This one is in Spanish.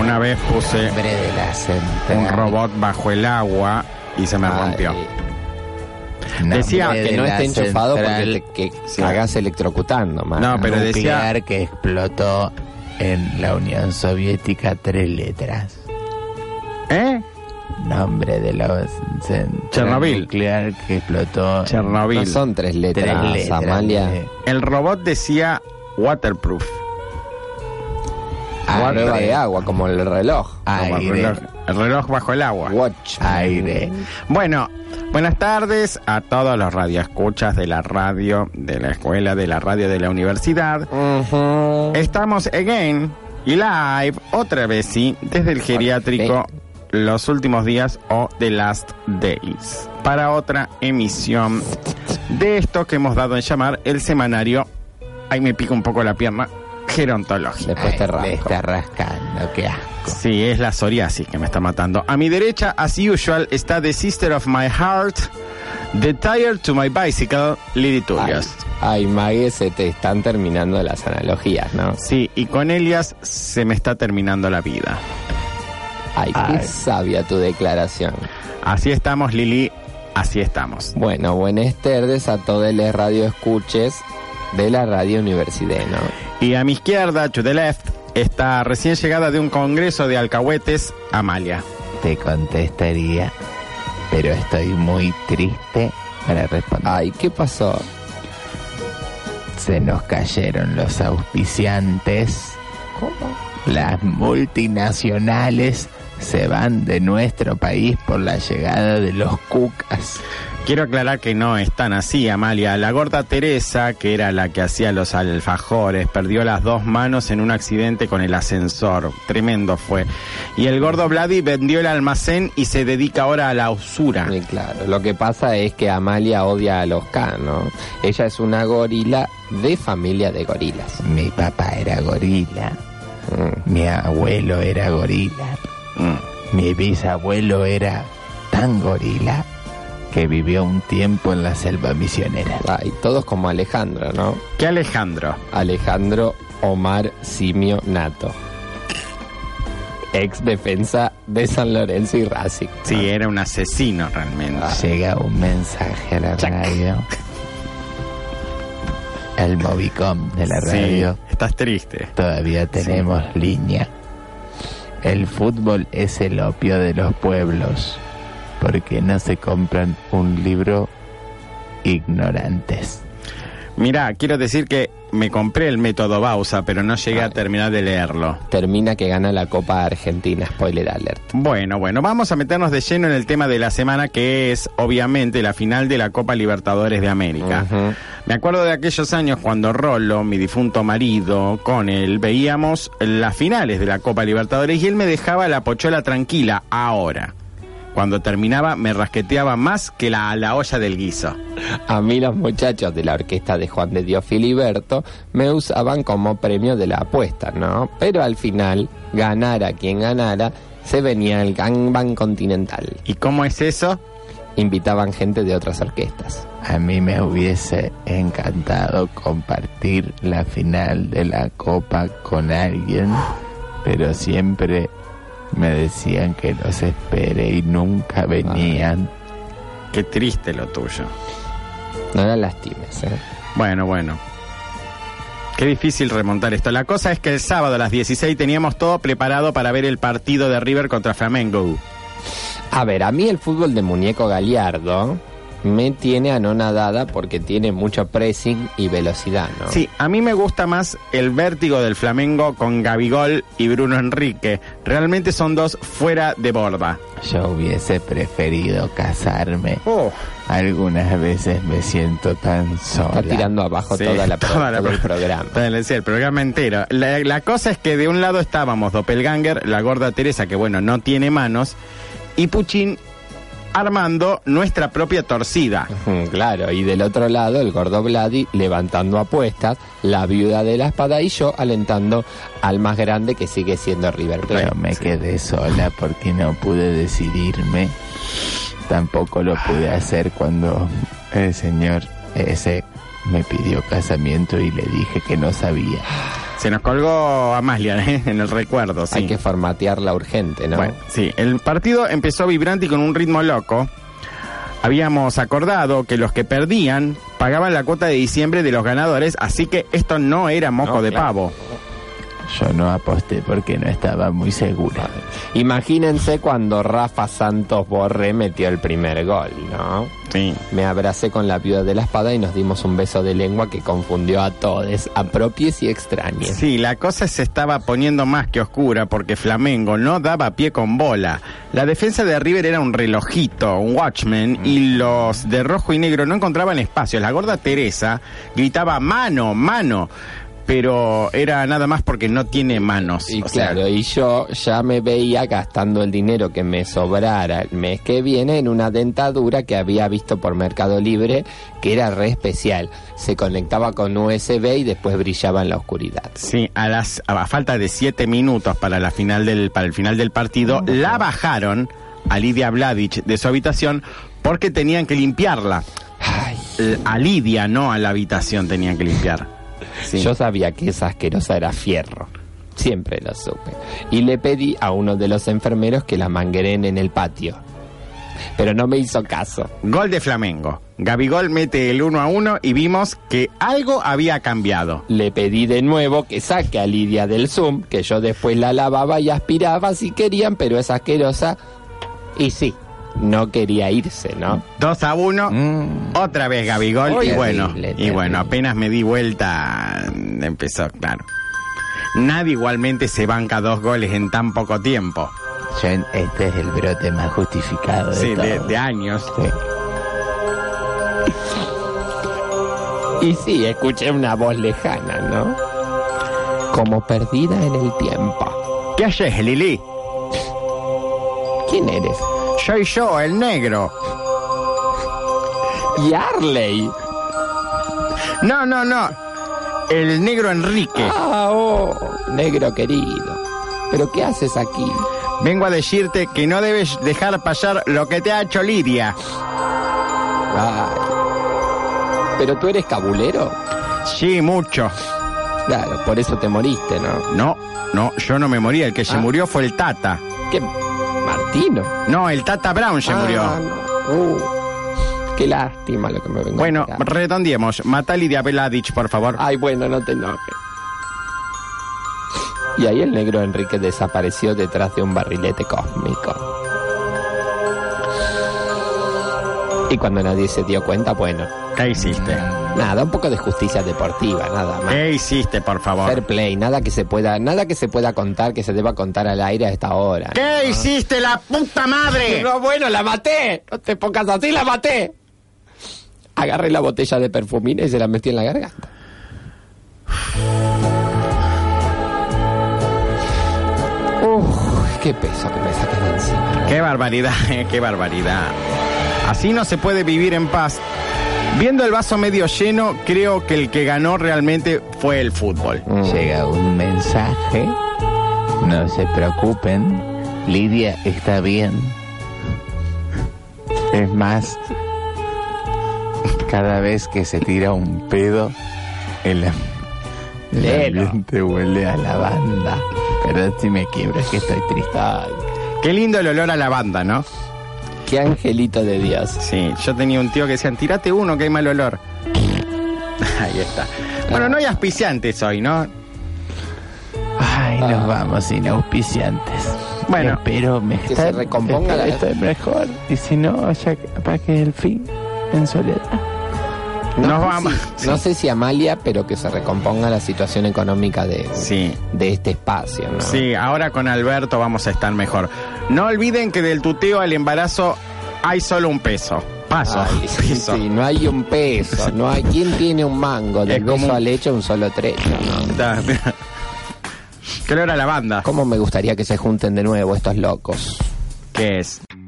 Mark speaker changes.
Speaker 1: Una vez puse
Speaker 2: Hombre de la centena.
Speaker 1: un robot bajo el agua y se me rompió. Decía
Speaker 2: Nombre
Speaker 1: que
Speaker 2: de
Speaker 3: no
Speaker 2: la
Speaker 3: esté enchufado
Speaker 2: central
Speaker 3: porque te- que
Speaker 1: Sí.
Speaker 2: hagas
Speaker 3: Hagas electrocutando, man.
Speaker 1: No, pero decía-
Speaker 2: nuclear que explotó en la Unión Soviética tres letras.
Speaker 1: ¿Eh?
Speaker 2: Nombre de la central
Speaker 1: Chernobyl.
Speaker 2: nuclear que explotó
Speaker 1: Chernobyl. Ah,
Speaker 3: No son tres
Speaker 2: en tres
Speaker 3: letras,
Speaker 2: letras.
Speaker 3: Amalia.
Speaker 2: eh.
Speaker 1: El robot decía waterproof.
Speaker 3: A
Speaker 2: Aire.
Speaker 3: prueba Ah, de agua, como el reloj.
Speaker 1: Como el, reloj,
Speaker 2: Aire.
Speaker 1: el reloj bajo el agua.
Speaker 3: Watch.
Speaker 2: Aire.
Speaker 1: Bueno, buenas tardes a todos los radioescuchas de la radio, de la escuela, de la radio, de la universidad.
Speaker 3: Ujú.
Speaker 1: Estamos again y live otra vez, sí, desde el geriátrico los últimos días o The Last Days. Para otra emisión de esto que hemos dado en llamar el semanario. Ahí me pica un poco la pierna. Gerontológica.
Speaker 3: Después te
Speaker 2: Ay, le
Speaker 3: rasco.
Speaker 2: está rascando, qué asco.
Speaker 1: Sí, es la psoriasis que me está matando. A mi derecha, as usual, está The Sister of My Heart, The Tire to My Bicycle, Lily
Speaker 3: Ay,
Speaker 1: Tullius.
Speaker 3: ay, Mague, se te están terminando las analogías, ¿no?
Speaker 1: Sí, y con Elias se me está terminando la vida.
Speaker 3: Ay, qué sabia tu declaración.
Speaker 1: Así estamos, Lili, así estamos.
Speaker 3: Bueno, buenas tardes a todos los radioescuches de la radio universidad, ¿no?
Speaker 1: Y a mi izquierda, to the left, está recién llegada de un congreso de alcahuetes, Amalia.
Speaker 2: Te contestaría, pero estoy muy triste para responder.
Speaker 3: Ay, ¿qué pasó?
Speaker 2: Se nos cayeron los auspiciantes. Las multinacionales se van de nuestro país por la llegada de los cucas.
Speaker 1: Quiero aclarar que no es tan así, Amalia. La gorda Teresa, que era la que hacía los alfajores, perdió las dos manos en un accidente con el ascensor. Tremendo fue. Y el gordo Vladi vendió el almacén y se dedica ahora a la usura.
Speaker 3: Y claro, lo que pasa es que Amalia odia a los K, ¿no? Ella es una gorila de familia de gorilas.
Speaker 2: Mi papá era gorila,
Speaker 3: Mm.
Speaker 2: mi abuelo era gorila,
Speaker 1: Mm.
Speaker 2: mi bisabuelo era tan gorila que vivió un tiempo en la selva misionera.
Speaker 3: Ay, todos como Alejandro, ¿no?
Speaker 1: ¿Qué Alejandro?
Speaker 3: Alejandro Omar Simio Nato. Ex defensa de San Lorenzo y Racing.
Speaker 2: Ah.
Speaker 1: Sí, eh. era un asesino realmente.
Speaker 2: Llega un mensaje a la radio. El Movicom de la
Speaker 1: Sí,
Speaker 2: radio.
Speaker 1: estás triste.
Speaker 2: Todavía tenemos línea. El fútbol es el opio de los pueblos. porque no se compran un libro ignorantes?
Speaker 1: Mirá, quiero decir que me compré el método Bausa, pero no llegué a terminar de leerlo.
Speaker 3: Termina que gana la Copa Argentina, spoiler alert.
Speaker 1: Bueno, bueno, vamos a meternos de lleno en el tema de la semana que es obviamente la final de la Copa Libertadores de América.
Speaker 3: Ujú.
Speaker 1: Me acuerdo de aquellos años cuando Rolo, mi difunto marido, con él veíamos las finales de la Copa Libertadores y él me dejaba la pochola tranquila ahora. Cuando terminaba me rasqueteaba más que la, la olla del guiso.
Speaker 3: A mí los muchachos de la orquesta de Juan de Dios Filiberto me usaban como premio de la apuesta, ¿no? Pero al final, ganara quien ganara, se venía el gangbang continental.
Speaker 1: ¿Y cómo es eso?
Speaker 3: Invitaban gente de otras orquestas.
Speaker 2: A mí me hubiese encantado compartir la final de la copa con alguien, pero siempre me decían que los espere y nunca venían.
Speaker 1: Qué triste lo tuyo.
Speaker 3: No la lastimes, ¿eh?
Speaker 1: Bueno, bueno. Qué difícil remontar esto. La cosa es que el sábado a las 16 teníamos todo preparado para ver el partido de River contra Flamengo.
Speaker 3: A ver, a mí el fútbol de muñeco Galiardo me tiene anonadada porque tiene mucho pressing y velocidad, ¿no?
Speaker 1: Sí, a mí me gusta más el vértigo del Flamengo con Gabigol y Bruno Enrique. Realmente son dos fuera de borda.
Speaker 2: Yo hubiese preferido casarme
Speaker 1: Oh,
Speaker 2: Algunas veces me siento tan sola.
Speaker 3: Está tirando abajo
Speaker 1: Sí,
Speaker 3: toda la, pro-
Speaker 1: toda la
Speaker 3: todo el
Speaker 1: pro-
Speaker 3: programa.
Speaker 1: Está en el- sí, el programa entero. La, la cosa es que de un lado estábamos Doppelganger, la gorda Teresa, que bueno, no tiene manos, y Puchín armando nuestra propia torcida.
Speaker 3: Mm, Claro, y del otro lado el gordo Vladi levantando apuestas, la viuda de la espada y yo alentando al más grande que sigue siendo River Plate.
Speaker 2: Pero me quedé sola porque no pude decidirme. Tampoco lo pude hacer cuando el señor ese me pidió casamiento y le dije que no sabía.
Speaker 1: Se nos colgó Amalia ¿eh? en el recuerdo, sí.
Speaker 3: Hay que formatearla urgente, ¿no?
Speaker 1: Bueno, sí, el partido empezó vibrante y con un ritmo loco. Habíamos acordado que los que perdían pagaban la cuota de diciembre de los ganadores, así que esto no era moco
Speaker 3: No,
Speaker 1: de
Speaker 3: claro.
Speaker 1: pavo.
Speaker 2: Yo no aposté porque no estaba muy segura.
Speaker 3: Imagínense cuando Rafa Santos Borré metió el primer gol, ¿no?
Speaker 1: Sí.
Speaker 3: Me abracé con la viuda de la espada y nos dimos un beso de lengua que confundió a todos, a propios y extraños.
Speaker 1: Sí, la cosa se estaba poniendo más que oscura porque Flamengo no daba pie con bola. La defensa de River era un relojito, un watchman,
Speaker 3: Mm.
Speaker 1: y los de rojo y negro no encontraban espacios. La gorda Teresa gritaba mano, mano, pero era nada más porque no tiene manos.
Speaker 3: Y
Speaker 1: O sea,
Speaker 3: claro, y yo ya me veía gastando el dinero que me sobrara el mes que viene en una dentadura que había visto por Mercado Libre, que era re especial. Se conectaba con USB y después brillaba en la oscuridad.
Speaker 1: Sí, a las a la falta de siete minutos para la final del para el final del partido
Speaker 3: Mm.
Speaker 1: la bajaron a Lidia Vladic de su habitación porque tenían que limpiarla.
Speaker 3: Ay,
Speaker 1: L- A Lidia, eh, no a la habitación tenían que limpiar. Sí.
Speaker 3: Yo sabía que esa asquerosa era fierro. Siempre lo supe. Y le pedí a uno de los enfermeros que la mangueren en el patio. Pero no me hizo caso.
Speaker 1: Gol de Flamengo. Gabigol mete el 1 a 1 y vimos que algo había cambiado.
Speaker 3: Le pedí de nuevo que saque a Lidia del Zoom, que yo después la lavaba y aspiraba si querían, pero es asquerosa. Y sí, no quería irse, ¿no?
Speaker 1: 2 a 1, otra vez Gabigol
Speaker 3: Uy,
Speaker 1: y bueno,
Speaker 3: Mm. terrible,
Speaker 1: y
Speaker 3: terrible.
Speaker 1: bueno, apenas me di vuelta mm, empezó, claro. Nadie igualmente se banca dos goles en tan poco tiempo.
Speaker 2: Yo en- este es el brote más justificado de
Speaker 1: Sí, de,
Speaker 2: todos.
Speaker 1: de años.
Speaker 2: Sí.
Speaker 3: Y sí, escuché una voz lejana, ¿no? Como perdida en el tiempo.
Speaker 1: ¿Qué haces, Lili?
Speaker 3: ¿Quién eres?
Speaker 1: Soy yo, el negro.
Speaker 3: Y Arley.
Speaker 1: No, no, no. El negro Enrique.
Speaker 3: Ah, oh, negro querido. ¿Pero qué haces aquí?
Speaker 1: Vengo a decirte que no debes dejar pasar lo que te ha hecho Lidia.
Speaker 3: Ay. ¿Pero tú eres cabulero?
Speaker 1: Sí, mucho.
Speaker 3: Claro, por eso te moriste, ¿no?
Speaker 1: No, no, yo no me morí. El que se
Speaker 3: Ah.
Speaker 1: murió fue el Tata.
Speaker 3: ¿Qué? ¿Martino?
Speaker 1: No, el Tata Brown se
Speaker 3: Ah,
Speaker 1: murió.
Speaker 3: no. Uh, qué lástima lo que me vengo a
Speaker 1: Bueno,
Speaker 3: enterar.
Speaker 1: redondiemos. Mata a Lidia Veladic, por favor.
Speaker 3: Ay, bueno, no te enojes. Y ahí el negro Enrique desapareció detrás de un barrilete cósmico. Y cuando nadie se dio cuenta, bueno,
Speaker 1: ¿Qué hiciste?
Speaker 3: Nada, un poco de justicia deportiva, nada más.
Speaker 1: ¿Qué hiciste, por
Speaker 3: Fair
Speaker 1: favor?
Speaker 3: play, nada que se pueda, nada que se pueda contar que se deba contar al aire a esta hora.
Speaker 1: ¿Qué hiciste, la puta madre?
Speaker 3: Ah. No, bueno, la maté. No te pongas así, la maté. Agarré la botella de perfumina y se la metí en la garganta. Uf, qué peso que me saqué de encima.
Speaker 1: Qué barbaridad, eh, qué barbaridad. Así no se puede vivir en paz. Viendo el vaso medio lleno, creo que el que ganó realmente fue el fútbol.
Speaker 2: Llega un mensaje. No se preocupen. Lidia está bien. Es más, cada vez que se tira un pedo, el, am- el
Speaker 3: Lelo.
Speaker 2: ambiente huele a lavanda. Perdón si me quiebro, es que estoy triste.
Speaker 3: Ay,
Speaker 1: Qué lindo el olor a lavanda, ¿no?
Speaker 3: qué angelito de Dios.
Speaker 1: Sí, yo tenía un tío que decían, tirate uno que hay mal olor. Ahí está. Bueno, no hay auspiciantes hoy, ¿no?
Speaker 2: Ay,
Speaker 3: Ah.
Speaker 2: nos vamos sin auspiciantes.
Speaker 1: Bueno.
Speaker 2: pero me
Speaker 3: Que
Speaker 2: está-
Speaker 3: se recomponga la-
Speaker 2: estoy mejor. Y si no, ya capaz que es el fin en soledad.
Speaker 3: No
Speaker 1: Nos
Speaker 3: sé
Speaker 1: vamos.
Speaker 3: si- no sé si Amalia, pero que se recomponga la situación económica de,
Speaker 1: Sí.
Speaker 3: de este espacio, ¿no?
Speaker 1: Sí, ahora con Alberto vamos a estar mejor. No olviden que del tuteo al embarazo hay solo un peso. paso.
Speaker 3: Ay, sí,
Speaker 1: Piso.
Speaker 3: sí, no hay un peso, no hay quien tiene un mango, del
Speaker 1: Es como
Speaker 3: beso
Speaker 1: un-
Speaker 3: al hecho un solo trecho, ¿no?
Speaker 1: Está, mira. ¿Qué olor a lavanda?
Speaker 3: ¿Cómo me gustaría que se junten de nuevo estos locos?
Speaker 1: ¿Qué es?